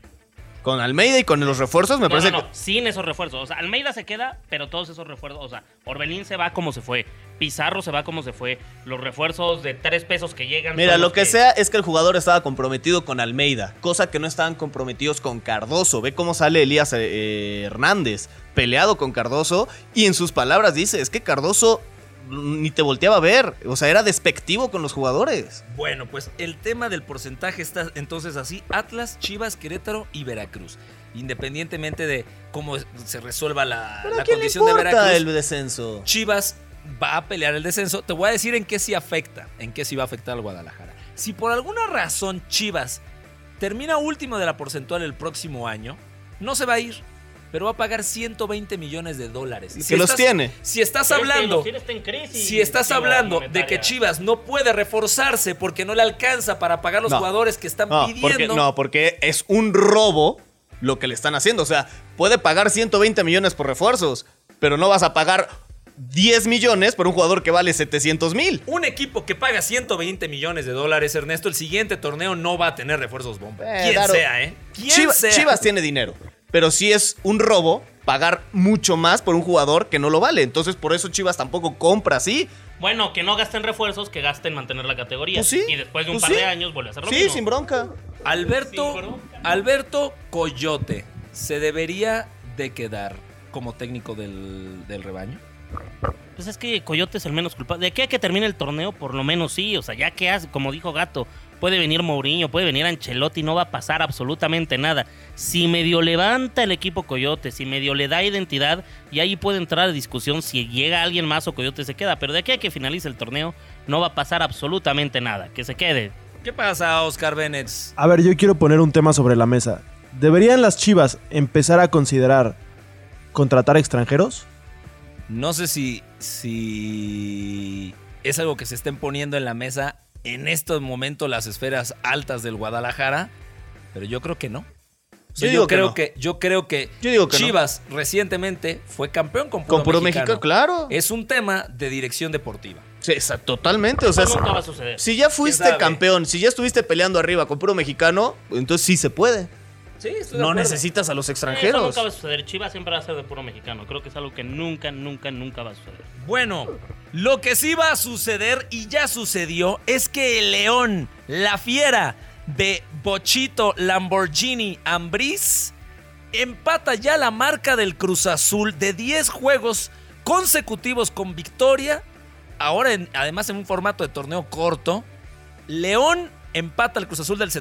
[SPEAKER 2] Con Almeida y con los refuerzos me
[SPEAKER 3] No,
[SPEAKER 2] parece
[SPEAKER 3] no, no,
[SPEAKER 2] que
[SPEAKER 3] sin esos refuerzos. O sea, Almeida se queda, pero todos esos refuerzos. O sea, Orbelín se va como se fue, Pizarro se va como se fue, los refuerzos de tres pesos que llegan.
[SPEAKER 2] Mira,
[SPEAKER 3] son los
[SPEAKER 2] lo que sea es que el jugador estaba comprometido con Almeida, cosa que no estaban comprometidos con Cardoso. Ve cómo sale Elías eh, Hernández, peleado con Cardoso, y en sus palabras dice, es que Cardoso ni te volteaba a ver, o sea, era despectivo con los jugadores.
[SPEAKER 1] Bueno, pues el tema del porcentaje está entonces así: Atlas, Chivas, Querétaro y Veracruz. Independientemente de cómo es- se resuelva la,
[SPEAKER 2] ¿Pero
[SPEAKER 1] la
[SPEAKER 2] a quién le
[SPEAKER 1] condición de
[SPEAKER 2] importa
[SPEAKER 1] Veracruz,
[SPEAKER 2] el descenso?
[SPEAKER 1] Chivas va a pelear el descenso. Te voy a decir en qué sí afecta, en qué sí va a afectar al Guadalajara. Si por alguna razón Chivas termina último de la porcentual el próximo año, no se va a ir, pero va a pagar 120 millones de dólares.
[SPEAKER 2] que los tiene.
[SPEAKER 1] Si estás
[SPEAKER 3] que- Pero es que
[SPEAKER 1] hablando,
[SPEAKER 3] los Tigres están en crisis,
[SPEAKER 1] si estás
[SPEAKER 3] Chivas
[SPEAKER 1] hablando de
[SPEAKER 3] monetaria.
[SPEAKER 1] que Chivas no puede reforzarse porque no le alcanza para pagar los
[SPEAKER 2] No.
[SPEAKER 1] jugadores que están
[SPEAKER 2] No
[SPEAKER 1] pidiendo,
[SPEAKER 2] porque, no, porque es un robo lo que le están haciendo. O sea, puede pagar 120 millones por refuerzos, pero no vas a pagar 10 millones por un jugador que vale 700 mil.
[SPEAKER 1] un equipo que paga 120 millones de dólares, Ernesto, el siguiente torneo no va a tener refuerzos bomba.
[SPEAKER 2] Eh,
[SPEAKER 1] Quien
[SPEAKER 2] Daro,
[SPEAKER 1] sea, ¿eh? Quien
[SPEAKER 2] Chivas,
[SPEAKER 1] sea.
[SPEAKER 2] Chivas tiene dinero, pero sí es un robo pagar mucho más por un jugador que no lo vale. Entonces, por eso Chivas tampoco compra así.
[SPEAKER 3] Bueno, que no gasten refuerzos, que gasten mantener la categoría.
[SPEAKER 2] Pues sí,
[SPEAKER 3] Y después de un
[SPEAKER 2] pues
[SPEAKER 3] par
[SPEAKER 2] sí.
[SPEAKER 3] de años vuelve a hacer lo
[SPEAKER 2] Sí,
[SPEAKER 3] mismo.
[SPEAKER 2] sin bronca.
[SPEAKER 1] Alberto,
[SPEAKER 3] Sí, bronca.
[SPEAKER 1] Alberto Coyote se debería de quedar como técnico del, del rebaño.
[SPEAKER 3] Pues es que Coyote es el menos culpable. De aquí a que termine el torneo, por lo menos sí. O sea, ya que hace, como dijo Gato, puede venir Mourinho, puede venir Ancelotti, no va a pasar absolutamente nada. Si medio levanta el equipo Coyote, si medio le da identidad, y ahí puede entrar a discusión si llega alguien más o Coyote se queda. Pero de aquí a que finalice el torneo, no va a pasar absolutamente nada. Que se quede.
[SPEAKER 1] ¿Qué pasa, Oscar Bennett?
[SPEAKER 5] A ver, yo quiero poner un tema sobre la mesa. ¿Deberían las Chivas empezar a considerar contratar extranjeros?
[SPEAKER 1] No sé si, si es algo que se estén poniendo en la mesa en estos momentos las esferas altas del Guadalajara, pero yo creo que no. O sea,
[SPEAKER 2] Yo
[SPEAKER 1] yo,
[SPEAKER 2] digo que
[SPEAKER 1] creo
[SPEAKER 2] no.
[SPEAKER 1] que, yo creo que,
[SPEAKER 2] Yo digo que no.
[SPEAKER 1] Chivas recientemente fue campeón con Puro,
[SPEAKER 2] Con puro México,
[SPEAKER 1] Mexicano.
[SPEAKER 2] claro.
[SPEAKER 1] Es un tema de dirección deportiva.
[SPEAKER 2] Sí, esa- totalmente. O sea,
[SPEAKER 3] Eso
[SPEAKER 2] es-
[SPEAKER 3] nunca va a suceder.
[SPEAKER 2] si ya fuiste
[SPEAKER 1] sabe?
[SPEAKER 2] campeón, si ya estuviste peleando arriba con puro mexicano, entonces sí se puede.
[SPEAKER 1] Sí, estoy de
[SPEAKER 2] No
[SPEAKER 1] acuerdo.
[SPEAKER 2] necesitas a los
[SPEAKER 3] Eso
[SPEAKER 2] extranjeros.
[SPEAKER 3] nunca va a suceder. Chivas siempre va a ser de puro mexicano. Creo que es algo que nunca, nunca, nunca va a suceder.
[SPEAKER 1] Bueno, lo que sí va a suceder y ya sucedió es que el león, la fiera de Bochito Lamborghini Ambriz empata ya la marca del Cruz Azul de 10 juegos consecutivos con victoria. Ahora, en- además, en un formato de torneo corto, León empata al Cruz Azul del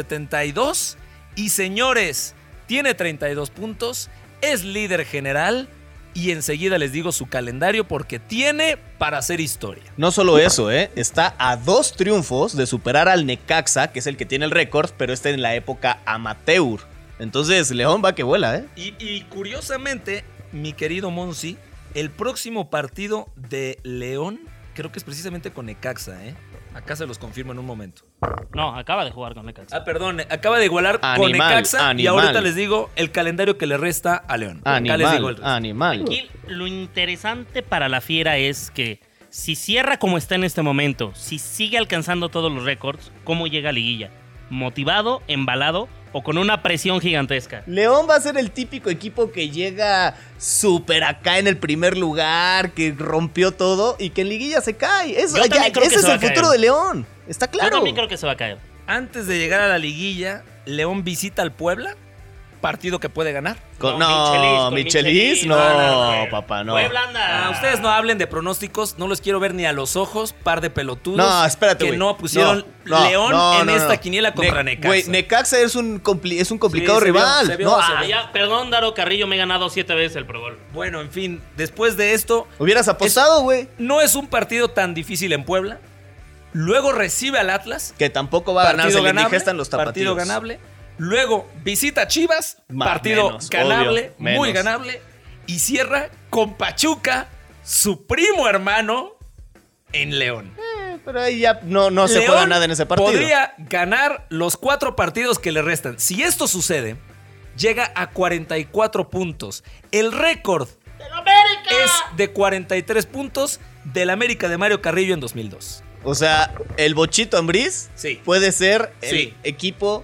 [SPEAKER 1] 71-72. Y señores, tiene 32 puntos, es líder general. Y enseguida les digo su calendario porque tiene para hacer historia.
[SPEAKER 2] No solo eso, ¿eh? Está a dos triunfos de superar al Necaxa, que es el que tiene el récord, pero está en la época amateur. Entonces, León va que vuela, ¿eh?
[SPEAKER 1] Y, y curiosamente, mi querido Monsi, el próximo partido de León creo que es precisamente con Necaxa, ¿eh? Acá se los confirmo en un momento.
[SPEAKER 3] No, acaba de jugar con Necaxa.
[SPEAKER 1] Ah, perdón, acaba de igualar con
[SPEAKER 2] Animal,
[SPEAKER 1] Necaxa y
[SPEAKER 2] animal.
[SPEAKER 1] ahorita les digo el calendario que le resta a León. Acá les digo el
[SPEAKER 2] Animal,
[SPEAKER 1] resto.
[SPEAKER 2] animal.
[SPEAKER 3] Aquí lo interesante para la fiera es que si cierra como está en este momento, si sigue alcanzando todos los récords, ¿cómo llega a liguilla? ¿Motivado, embalado o con una presión gigantesca?
[SPEAKER 2] León va a ser el típico equipo que llega súper acá en el primer lugar, que rompió todo y que en liguilla se cae. Eso,
[SPEAKER 3] Yo también
[SPEAKER 2] ya-
[SPEAKER 3] creo que
[SPEAKER 2] ese
[SPEAKER 3] se
[SPEAKER 2] es
[SPEAKER 3] va
[SPEAKER 2] el
[SPEAKER 3] a caer.
[SPEAKER 2] futuro de León. Está
[SPEAKER 3] Yo
[SPEAKER 2] claro.
[SPEAKER 3] también creo que se va a caer.
[SPEAKER 1] Antes de llegar a la liguilla, León visita al Puebla, partido que puede ganar.
[SPEAKER 2] Con-
[SPEAKER 3] No,
[SPEAKER 2] no,
[SPEAKER 3] Michelis,
[SPEAKER 2] Michelis,
[SPEAKER 3] con
[SPEAKER 2] no,
[SPEAKER 3] Michelis.
[SPEAKER 2] papá, no.
[SPEAKER 3] Puebla anda.
[SPEAKER 1] Ah, ustedes no hablen de pronósticos, no los quiero ver ni a los ojos, par de pelotudos.
[SPEAKER 2] No, espérate,
[SPEAKER 1] Que
[SPEAKER 2] güey.
[SPEAKER 1] no pusieron
[SPEAKER 2] No, no,
[SPEAKER 1] León
[SPEAKER 2] no,
[SPEAKER 1] en
[SPEAKER 2] no, no.
[SPEAKER 1] esta quiniela contra
[SPEAKER 2] Ne-
[SPEAKER 1] Necaxa.
[SPEAKER 2] Güey, Necaxa es un, compli- es un complicado
[SPEAKER 1] Sí, se vio,
[SPEAKER 2] rival.
[SPEAKER 1] se vio,
[SPEAKER 2] no,
[SPEAKER 1] se
[SPEAKER 2] ah,
[SPEAKER 3] Ah, ya, perdón, Daro Carrillo, me he ganado siete veces el Pro Bowl.
[SPEAKER 1] Bueno, en fin, después de esto,
[SPEAKER 2] hubieras apostado, güey.
[SPEAKER 1] no es un partido tan difícil en Puebla. Luego recibe al Atlas.
[SPEAKER 2] Que tampoco va a ganar, se le indigestan los tapatíos.
[SPEAKER 1] partido ganable. Luego visita a Chivas,
[SPEAKER 2] Ma-
[SPEAKER 1] partido
[SPEAKER 2] menos,
[SPEAKER 1] ganable,
[SPEAKER 2] obvio, menos.
[SPEAKER 1] muy ganable. Y cierra con Pachuca, su primo hermano, en León.
[SPEAKER 2] Eh, Pero ahí ya no, no se
[SPEAKER 1] León
[SPEAKER 2] juega nada en ese partido.
[SPEAKER 1] Podría ganar los cuatro partidos que le restan. Si esto sucede, llega a 44 puntos. El récord es de 43 puntos del América de Mario Carrillo en 2002.
[SPEAKER 2] O sea, el Bochito Ambriz
[SPEAKER 1] Sí.
[SPEAKER 2] puede ser el
[SPEAKER 1] Sí.
[SPEAKER 2] equipo.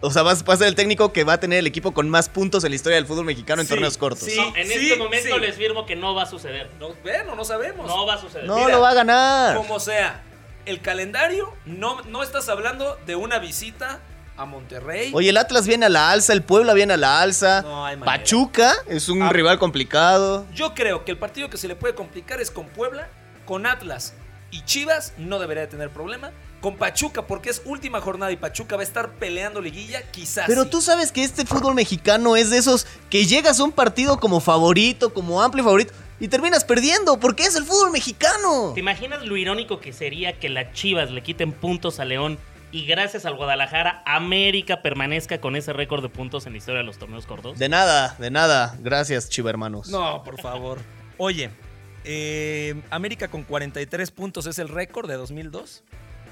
[SPEAKER 2] O sea, va a va a ser el técnico que va a tener el equipo con más puntos en la historia del fútbol mexicano en
[SPEAKER 1] Sí,
[SPEAKER 2] torneos cortos.
[SPEAKER 1] sí.
[SPEAKER 3] No, en
[SPEAKER 1] sí.
[SPEAKER 3] este momento les firmo que no va a suceder.
[SPEAKER 1] No, bueno, no sabemos.
[SPEAKER 3] No va a suceder.
[SPEAKER 2] No
[SPEAKER 1] Mira,
[SPEAKER 2] lo va a ganar.
[SPEAKER 1] Como sea, el calendario, no, no estás hablando de una visita a Monterrey.
[SPEAKER 2] Oye, el Atlas viene a la alza, el Puebla viene a la alza.
[SPEAKER 1] No hay manera.
[SPEAKER 2] Pachuca es un
[SPEAKER 1] Ah.
[SPEAKER 2] rival complicado.
[SPEAKER 1] Yo creo que el partido que se le puede complicar es con Puebla, con Atlas y Chivas, no debería de tener problema. Con Pachuca, porque es última jornada y Pachuca va a estar peleando liguilla, quizás.
[SPEAKER 2] Pero
[SPEAKER 1] Ah, sí.
[SPEAKER 2] tú sabes que este fútbol mexicano es de esos que llegas a un partido como favorito, como amplio favorito, y terminas perdiendo, porque es el fútbol mexicano.
[SPEAKER 3] ¿Te imaginas lo irónico que sería que las Chivas le quiten puntos a León y gracias al Guadalajara América permanezca con ese récord de puntos en la historia de los torneos cortos?
[SPEAKER 2] De nada, de nada. Gracias, Chiva hermanos.
[SPEAKER 1] No, por favor. Oye, eh, América con 43 puntos es el récord de 2002,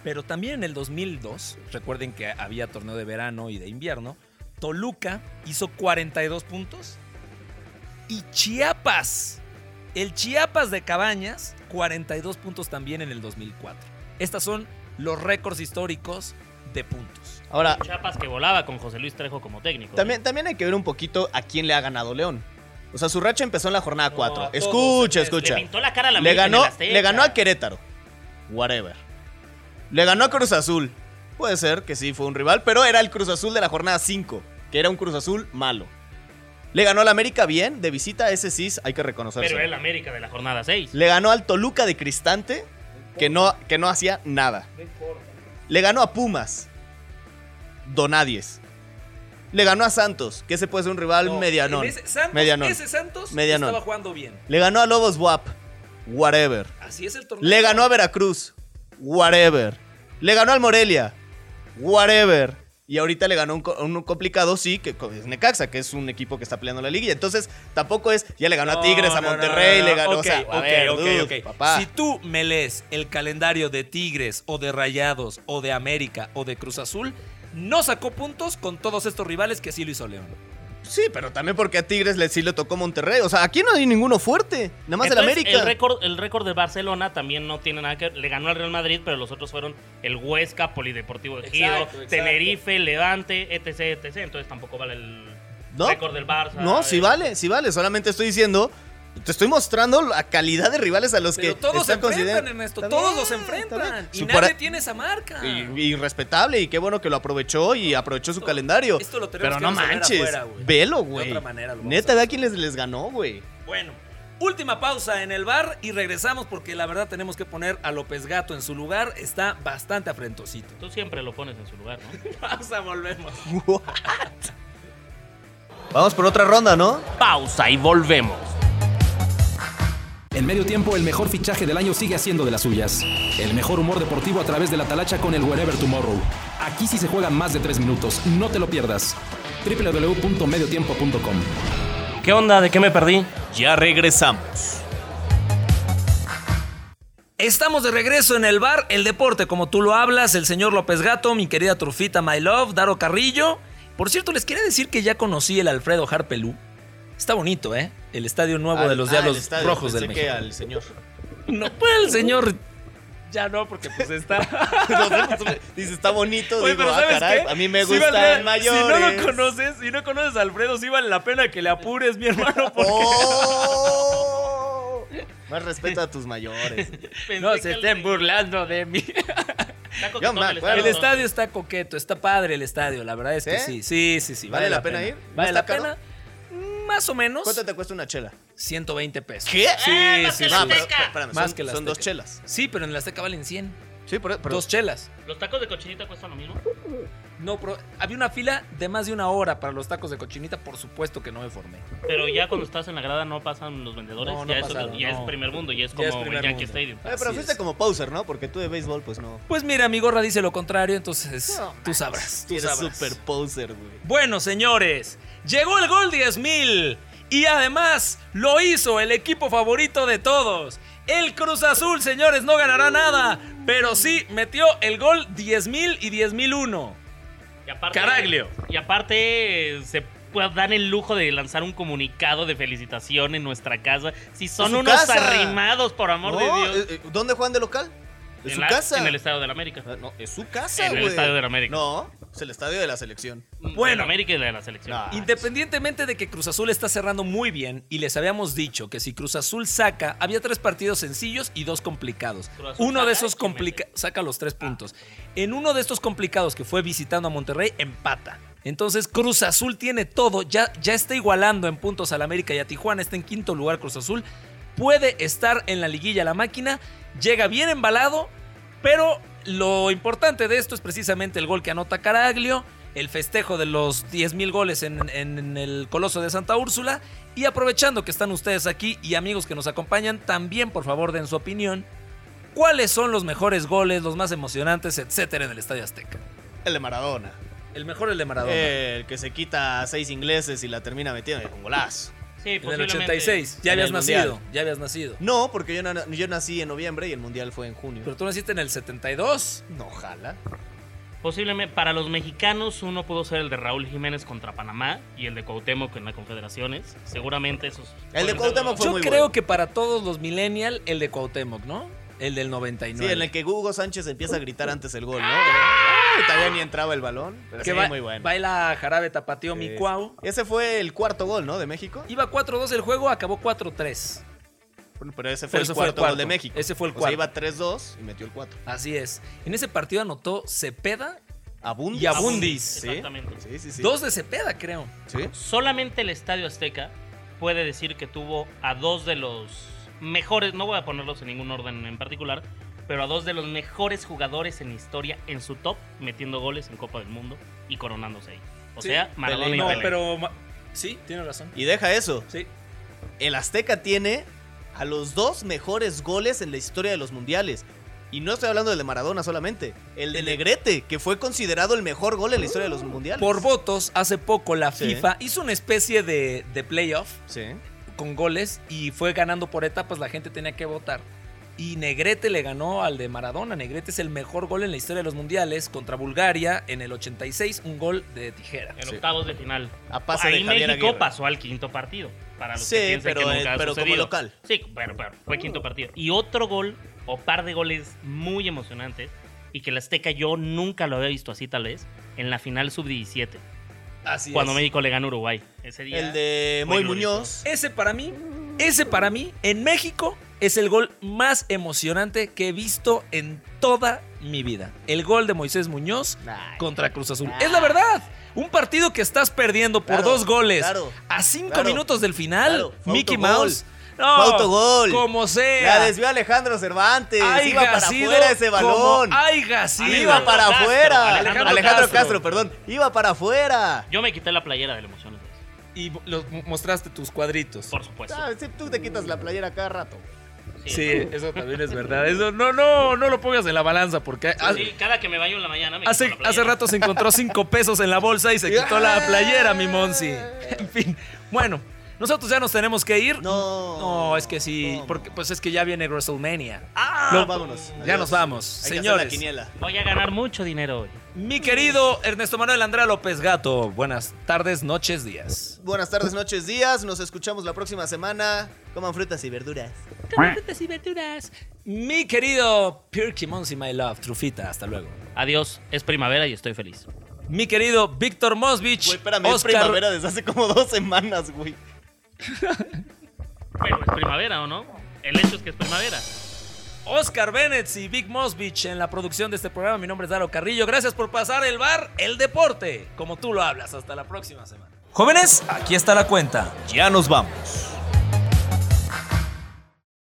[SPEAKER 1] pero también en el 2002, recuerden que había torneo de verano y de invierno, Toluca hizo 42 puntos y Chiapas, el Chiapas de Cabañas, 42 puntos también en el 2004. Estas son los récords históricos de puntos.
[SPEAKER 2] Ahora,
[SPEAKER 3] Chapas que volaba con José Luis Trejo como técnico.
[SPEAKER 2] también, también hay que ver un poquito a quién le ha ganado León. O sea, su racha empezó en la jornada
[SPEAKER 1] No,
[SPEAKER 2] 4.
[SPEAKER 1] a todos,
[SPEAKER 2] escucha,
[SPEAKER 1] señores,
[SPEAKER 3] Le
[SPEAKER 2] escucha.
[SPEAKER 3] pintó la cara a la
[SPEAKER 2] Le
[SPEAKER 3] América en
[SPEAKER 2] ganó,
[SPEAKER 3] el Azteca.
[SPEAKER 2] le ganó a Querétaro. Whatever. Le ganó a Cruz Azul. Puede ser que sí fue un rival, pero era el Cruz Azul de la jornada 5, que era un Cruz Azul malo. Le ganó al América bien, de visita, ese sí hay que reconocerse.
[SPEAKER 3] Pero era el América de la jornada 6.
[SPEAKER 2] Le ganó al Toluca de Cristante, que no, que no hacía nada. Le ganó a Pumas, Donadies. Le ganó a Santos, que ese puede ser un rival
[SPEAKER 1] No,
[SPEAKER 2] medianón.
[SPEAKER 1] en ese- Santos,
[SPEAKER 2] medianón.
[SPEAKER 1] ese Santos
[SPEAKER 2] Medianón.
[SPEAKER 1] estaba jugando bien.
[SPEAKER 2] Le ganó a Lobos WAP, whatever.
[SPEAKER 1] Así es el torneo.
[SPEAKER 2] Le ganó a Veracruz. Whatever. Le ganó al Morelia. Whatever. Y ahorita le ganó un, co- un complicado, sí, que co- es Necaxa, que es un equipo que está peleando la liguilla. Entonces, tampoco es, ya le ganó a Tigres, a
[SPEAKER 1] No, no,
[SPEAKER 2] Monterrey,
[SPEAKER 1] no, no,
[SPEAKER 2] le ganó
[SPEAKER 1] ok,
[SPEAKER 2] o sea, a
[SPEAKER 1] ok,
[SPEAKER 2] ver,
[SPEAKER 1] ok,
[SPEAKER 2] dude,
[SPEAKER 1] ok.
[SPEAKER 2] papá.
[SPEAKER 1] Si tú me lees el calendario de Tigres o de Rayados o de América o de Cruz Azul, no sacó puntos con todos estos rivales que sí lo hizo León.
[SPEAKER 2] Sí, pero también porque a Tigres le, sí le tocó Monterrey. O sea, aquí no hay ninguno fuerte, nada más
[SPEAKER 3] Entonces,
[SPEAKER 2] el
[SPEAKER 3] El
[SPEAKER 2] América.
[SPEAKER 3] récord, el récord de Barcelona también no tiene nada que ver. Le ganó al Real Madrid, pero los otros fueron el Huesca, Polideportivo de Giro,
[SPEAKER 1] Exacto, exacto.
[SPEAKER 3] Tenerife, Levante, etc, etc. Entonces tampoco vale el
[SPEAKER 2] No.
[SPEAKER 3] récord del Barça.
[SPEAKER 2] No, sí
[SPEAKER 3] Eh,
[SPEAKER 2] vale, sí vale. Solamente estoy diciendo, te estoy mostrando la calidad de rivales a los
[SPEAKER 1] Pero
[SPEAKER 2] que
[SPEAKER 1] todos se
[SPEAKER 2] están
[SPEAKER 1] enfrentan,
[SPEAKER 2] considerando.
[SPEAKER 1] Ernesto.
[SPEAKER 2] Está
[SPEAKER 1] todos
[SPEAKER 2] bien,
[SPEAKER 1] los
[SPEAKER 2] está
[SPEAKER 1] enfrentan.
[SPEAKER 2] bien.
[SPEAKER 1] Y
[SPEAKER 2] Su
[SPEAKER 1] nadie
[SPEAKER 2] para-
[SPEAKER 1] tiene esa marca.
[SPEAKER 2] Y, y respetable, y qué bueno que lo aprovechó y aprovechó su calendario.
[SPEAKER 1] esto lo tenemos
[SPEAKER 2] Pero
[SPEAKER 1] que
[SPEAKER 2] no
[SPEAKER 1] resolver
[SPEAKER 2] manches,
[SPEAKER 1] afuera, güey.
[SPEAKER 2] velo,
[SPEAKER 1] De
[SPEAKER 2] güey.
[SPEAKER 1] otra manera lo vamos
[SPEAKER 2] Neta,
[SPEAKER 1] a
[SPEAKER 2] ve a quién les, les ganó,
[SPEAKER 1] [laughs]
[SPEAKER 2] güey.
[SPEAKER 1] Bueno, última pausa en el bar y regresamos porque la verdad tenemos que poner a López Gato en su lugar. Está bastante afrentosito.
[SPEAKER 3] Tú siempre lo pones en su lugar, ¿no?
[SPEAKER 1] Pausa, volvemos.
[SPEAKER 2] Vamos por otra ronda, ¿no?
[SPEAKER 3] [laughs] Pausa y volvemos.
[SPEAKER 4] En medio tiempo, el mejor fichaje del año sigue haciendo de las suyas. El mejor humor deportivo a través de la talacha con el Wherever Tomorrow. Aquí sí se juegan más de tres minutos. No te lo pierdas. www.mediotiempo.com
[SPEAKER 3] ¿Qué onda? ¿De qué me perdí?
[SPEAKER 2] Ya regresamos.
[SPEAKER 1] Estamos de regreso en el bar, el deporte, como tú lo hablas, el señor López Gato, mi querida Trufita, My Love, Daro Carrillo. Por cierto, les quería decir que ya conocí el Alfredo Harpelú. Está bonito, ¿eh? El estadio nuevo de los
[SPEAKER 2] ah,
[SPEAKER 1] Diablos Rojos del México.
[SPEAKER 2] al señor. [laughs]
[SPEAKER 1] No, pues el señor... [laughs] Ya no, porque pues [laughs] está...
[SPEAKER 2] Dice, está bonito.
[SPEAKER 1] Oye,
[SPEAKER 2] digo,
[SPEAKER 1] pero
[SPEAKER 2] ah,
[SPEAKER 1] ¿sabes
[SPEAKER 2] caray,
[SPEAKER 1] qué?
[SPEAKER 2] a mí me
[SPEAKER 1] Sí valdría-
[SPEAKER 2] gustan mayores.
[SPEAKER 1] Si no
[SPEAKER 2] [laughs]
[SPEAKER 1] lo conoces, si no conoces a Alfredo, sí vale la pena que le apures, mi [laughs] hermano, porque...
[SPEAKER 2] ¡Oh! Más respeto a tus mayores.
[SPEAKER 1] No se estén burlando de mí.
[SPEAKER 3] Está
[SPEAKER 2] Yo me
[SPEAKER 3] coquetón el
[SPEAKER 2] acuerdo.
[SPEAKER 1] El
[SPEAKER 3] estadio.
[SPEAKER 1] estadio está coqueto, está padre el estadio, la verdad es que
[SPEAKER 2] ¿Sí?
[SPEAKER 1] sí. Sí, sí, sí.
[SPEAKER 2] ¿Vale la pena ir? ¿No
[SPEAKER 1] ¿Vale
[SPEAKER 2] está
[SPEAKER 1] la
[SPEAKER 2] caro?
[SPEAKER 1] pena? Más o menos
[SPEAKER 2] ¿Cuánto te cuesta una chela? Ah,
[SPEAKER 1] 120 pesos.
[SPEAKER 2] ¿Qué?
[SPEAKER 1] Sí,
[SPEAKER 3] más
[SPEAKER 1] sí, sí.
[SPEAKER 3] que la
[SPEAKER 2] No, pero,
[SPEAKER 3] Azteca.
[SPEAKER 2] espérame,
[SPEAKER 1] Más
[SPEAKER 2] son,
[SPEAKER 1] que la
[SPEAKER 2] son dos
[SPEAKER 1] Azteca.
[SPEAKER 2] chelas.
[SPEAKER 1] Sí, pero en la Azteca valen 100.
[SPEAKER 2] Sí, e- pero, pero-
[SPEAKER 1] Dos chelas.
[SPEAKER 3] Los tacos de cochinita cuestan lo mismo.
[SPEAKER 1] No, pero había una fila de más de una hora para los tacos de cochinita, por supuesto que no me formé.
[SPEAKER 3] Pero ya cuando estás en la grada no pasan los vendedores.
[SPEAKER 1] No, no
[SPEAKER 3] ya eso
[SPEAKER 1] pasaron,
[SPEAKER 3] ya
[SPEAKER 1] no.
[SPEAKER 3] es primer mundo, ya es
[SPEAKER 1] Ya
[SPEAKER 3] como
[SPEAKER 1] es primer
[SPEAKER 3] el Yankee
[SPEAKER 1] mundo.
[SPEAKER 3] Stadium.
[SPEAKER 2] Oye, pero
[SPEAKER 1] Así
[SPEAKER 2] fuiste
[SPEAKER 1] es.
[SPEAKER 2] como poser, ¿no? Porque tú de béisbol, pues no.
[SPEAKER 1] Pues mira, mi gorra dice lo contrario, entonces tú sabrás. Tú
[SPEAKER 2] Eres
[SPEAKER 1] sabrás.
[SPEAKER 2] super poser, güey.
[SPEAKER 1] Bueno, señores, llegó el gol 10.000 y además lo hizo el equipo favorito de todos. El Cruz Azul, señores, no ganará nada, pero sí metió el gol 10.000 y 10.001.
[SPEAKER 3] Y aparte,
[SPEAKER 1] Caraglio.
[SPEAKER 3] Y aparte eh, se puede dar el lujo de lanzar un comunicado de felicitación en nuestra casa. Si son
[SPEAKER 2] su
[SPEAKER 3] unos
[SPEAKER 2] casa.
[SPEAKER 3] arrimados, por amor
[SPEAKER 2] No,
[SPEAKER 3] de Dios.
[SPEAKER 2] eh, eh, ¿Dónde juegan de local? En, su
[SPEAKER 3] la-
[SPEAKER 2] casa.
[SPEAKER 3] En el Estadio de la América.
[SPEAKER 2] Ah, No, es su casa,
[SPEAKER 3] En el
[SPEAKER 2] güey.
[SPEAKER 3] Estadio de la América.
[SPEAKER 2] No, es el estadio de la selección.
[SPEAKER 3] Bueno.
[SPEAKER 1] Bueno.
[SPEAKER 3] Mm, América y la de la selección.
[SPEAKER 2] No.
[SPEAKER 1] Independientemente de que Cruz Azul está cerrando muy bien y les habíamos dicho que si Cruz Azul saca, había tres partidos sencillos y dos complicados.
[SPEAKER 3] Cruz Azul
[SPEAKER 1] Uno de
[SPEAKER 3] saca
[SPEAKER 1] esos
[SPEAKER 3] y mete.
[SPEAKER 1] complicados, saca los tres puntos. En uno de estos complicados que fue visitando a Monterrey, empata. Entonces Cruz Azul tiene todo, ya, ya está igualando en puntos al América y a Tijuana, está en quinto lugar Cruz Azul, puede estar en la liguilla la máquina, llega bien embalado, pero lo importante de esto es precisamente el gol que anota Caraglio, el festejo de los 10.000 goles en, en- en el Coloso de Santa Úrsula. Y aprovechando que están ustedes aquí y amigos que nos acompañan, también por favor den su opinión. ¿Cuáles son los mejores goles, los más emocionantes, etcétera, en el Estadio Azteca?
[SPEAKER 2] El de Maradona.
[SPEAKER 1] El mejor es el de Maradona.
[SPEAKER 2] Eh, El que se quita a seis ingleses y la termina metiendo con golazo.
[SPEAKER 3] Sí,
[SPEAKER 1] en el
[SPEAKER 3] posiblemente.
[SPEAKER 1] 86. Ya
[SPEAKER 2] en
[SPEAKER 1] habías
[SPEAKER 2] el
[SPEAKER 1] nacido.
[SPEAKER 2] Mundial.
[SPEAKER 1] Ya habías nacido.
[SPEAKER 2] No, porque yo, na- yo nací en noviembre y el mundial fue en junio.
[SPEAKER 1] Pero tú naciste en el 72.
[SPEAKER 2] no, ojalá.
[SPEAKER 3] Posiblemente para los mexicanos uno pudo ser el de Raúl Jiménez contra Panamá y el de Cuauhtémoc en la Confederaciones. Seguramente esos.
[SPEAKER 2] El de
[SPEAKER 3] fueron
[SPEAKER 2] Cuauhtémoc
[SPEAKER 3] los-
[SPEAKER 2] Fue
[SPEAKER 1] Yo
[SPEAKER 2] muy
[SPEAKER 1] creo
[SPEAKER 2] bueno.
[SPEAKER 1] que para todos los millennial, el de Cuauhtémoc, ¿no? El del 99.
[SPEAKER 2] Sí, en el que Hugo Sánchez empieza a gritar antes el gol, ¿no? Ay, todavía ni entraba el balón. Pero
[SPEAKER 1] ¡Ah! que
[SPEAKER 2] sí,
[SPEAKER 1] ba-
[SPEAKER 2] muy bueno.
[SPEAKER 1] baila jarabe tapateo mi
[SPEAKER 2] Es-
[SPEAKER 1] cuau.
[SPEAKER 2] Ese fue el cuarto gol, ¿no? De México.
[SPEAKER 1] Iba 4-2 el juego, acabó 4-3.
[SPEAKER 2] Pero ese fue,
[SPEAKER 1] Pero
[SPEAKER 2] el,
[SPEAKER 1] ese
[SPEAKER 2] cuarto
[SPEAKER 1] fue el
[SPEAKER 2] gol
[SPEAKER 1] cuarto.
[SPEAKER 2] de México.
[SPEAKER 1] Ese fue el
[SPEAKER 2] O sea,
[SPEAKER 1] cuarto.
[SPEAKER 2] iba 3-2 y metió el 4.
[SPEAKER 1] Así es. En ese partido anotó Cepeda,
[SPEAKER 2] Abundis.
[SPEAKER 1] Y Abundis.
[SPEAKER 2] Sí.
[SPEAKER 3] Exactamente.
[SPEAKER 2] Sí, sí, sí.
[SPEAKER 1] dos de Cepeda, creo.
[SPEAKER 2] Sí.
[SPEAKER 3] Solamente el Estadio Azteca puede decir que tuvo a dos de los mejores, no voy a ponerlos en ningún orden en particular, pero a dos de los mejores jugadores en historia en su top, metiendo goles en Copa del Mundo y coronándose ahí. O
[SPEAKER 1] Sí,
[SPEAKER 3] sea, Maradona
[SPEAKER 2] Pelé.
[SPEAKER 3] y
[SPEAKER 1] No,
[SPEAKER 3] Pelé.
[SPEAKER 1] pero. ma- Sí, tiene razón.
[SPEAKER 2] Y deja eso.
[SPEAKER 1] Sí.
[SPEAKER 2] El Azteca tiene a los dos mejores goles en la historia de los mundiales. Y no estoy hablando del de Maradona solamente. El de
[SPEAKER 1] El de-
[SPEAKER 2] Negrete, que fue considerado el mejor gol en la historia de los mundiales.
[SPEAKER 1] Por votos, hace poco la
[SPEAKER 2] Sí.
[SPEAKER 1] FIFA hizo una especie de, de playoff
[SPEAKER 2] Sí.
[SPEAKER 1] con goles y fue ganando por etapas, la gente tenía que votar. Y Negrete le ganó al de Maradona. Negrete es el mejor gol en la historia de los mundiales contra Bulgaria en el 86, un gol de tijera.
[SPEAKER 3] En
[SPEAKER 2] Sí.
[SPEAKER 3] octavos de final.
[SPEAKER 2] A pase de
[SPEAKER 3] Ahí
[SPEAKER 2] Javier
[SPEAKER 3] México
[SPEAKER 2] Aguirre.
[SPEAKER 3] pasó al quinto partido. Para los
[SPEAKER 2] Sí,
[SPEAKER 3] que piensen
[SPEAKER 2] pero,
[SPEAKER 3] que
[SPEAKER 2] eh,
[SPEAKER 3] nunca ha
[SPEAKER 2] pero como
[SPEAKER 3] sucedido.
[SPEAKER 2] local. Uh.
[SPEAKER 3] Sí, pero, pero fue quinto partido. Y otro gol o par de goles muy emocionantes y que el Azteca yo nunca lo había visto así tal vez en la final sub-17
[SPEAKER 1] Así
[SPEAKER 3] cuando
[SPEAKER 1] es.
[SPEAKER 3] México le gana a Uruguay. Ese día
[SPEAKER 2] El de
[SPEAKER 3] Muy
[SPEAKER 2] Moy
[SPEAKER 3] glorioso.
[SPEAKER 2] Muñoz.
[SPEAKER 1] Ese para mí, ese para mí, en México es el gol más emocionante que he visto en toda mi vida. El gol de Moisés Muñoz
[SPEAKER 2] Ay.
[SPEAKER 1] contra Cruz Azul.
[SPEAKER 2] Ay.
[SPEAKER 1] Es la verdad. Un partido que estás perdiendo por
[SPEAKER 2] Claro,
[SPEAKER 1] dos goles
[SPEAKER 2] claro,
[SPEAKER 1] a cinco
[SPEAKER 2] claro,
[SPEAKER 1] minutos del final,
[SPEAKER 2] claro. Fue
[SPEAKER 1] Mickey
[SPEAKER 2] autogol,
[SPEAKER 1] Mouse.
[SPEAKER 2] fue autogol.
[SPEAKER 1] Como
[SPEAKER 2] La
[SPEAKER 3] ¡Eh!
[SPEAKER 1] sea.
[SPEAKER 2] desvió Alejandro Cervantes.
[SPEAKER 1] Ay,
[SPEAKER 2] Iba para
[SPEAKER 1] sido
[SPEAKER 2] afuera ese balón.
[SPEAKER 1] como haya sido.
[SPEAKER 2] Iba para
[SPEAKER 3] Castro,
[SPEAKER 2] afuera.
[SPEAKER 3] Alejandro
[SPEAKER 2] Alejandro,
[SPEAKER 1] Castro.
[SPEAKER 2] Castro. perdón. Iba para afuera.
[SPEAKER 3] Yo me quité la playera de la emoción. esa vez,
[SPEAKER 1] Y lo- mostraste tus cuadritos.
[SPEAKER 3] Por supuesto.
[SPEAKER 2] Ah, sí, Tú te quitas la playera cada rato.
[SPEAKER 1] Sí, eso también es verdad. Eso no, no, no lo pongas en la balanza porque
[SPEAKER 3] Sí,
[SPEAKER 2] ah.
[SPEAKER 3] sí, cada que me baño en la mañana me
[SPEAKER 1] Hace,
[SPEAKER 3] quito la
[SPEAKER 1] hace
[SPEAKER 3] playera.
[SPEAKER 1] rato se encontró cinco pesos en la bolsa y
[SPEAKER 2] [laughs]
[SPEAKER 1] se quitó la playera, mi Monsi. En fin, bueno, nosotros ya nos tenemos que ir.
[SPEAKER 2] No.
[SPEAKER 1] No, es que sí,
[SPEAKER 2] ¿Cómo?
[SPEAKER 1] porque pues es que ya viene WrestleMania.
[SPEAKER 2] Ah, vámonos.
[SPEAKER 1] Ya
[SPEAKER 2] Adiós.
[SPEAKER 1] nos vamos,
[SPEAKER 2] Hay que hacer la
[SPEAKER 1] señores.
[SPEAKER 2] quiniela.
[SPEAKER 3] Voy a ganar mucho dinero hoy.
[SPEAKER 1] Mi querido Ernesto Manuel Andrea López Gato, buenas tardes, noches, días.
[SPEAKER 2] Buenas tardes, noches, días. Nos escuchamos la próxima semana. Coman frutas y verduras.
[SPEAKER 1] Mi querido Pirky Monsi, my love, Trufita, hasta luego.
[SPEAKER 3] Adiós, es primavera y estoy feliz.
[SPEAKER 1] Mi querido Víctor Mosvich,
[SPEAKER 2] Güey, espérame, es
[SPEAKER 1] Oscar-
[SPEAKER 2] primavera desde hace como dos semanas, güey.
[SPEAKER 3] Pero es primavera, ¿o no? El hecho es que es primavera.
[SPEAKER 1] Oscar Bennett y Big Mosvich en la producción de este programa. Mi nombre es Daro Carrillo. Gracias por pasar el bar, el deporte, como tú lo hablas. Hasta la próxima semana. Jóvenes, aquí está la cuenta.
[SPEAKER 2] Ya nos vamos.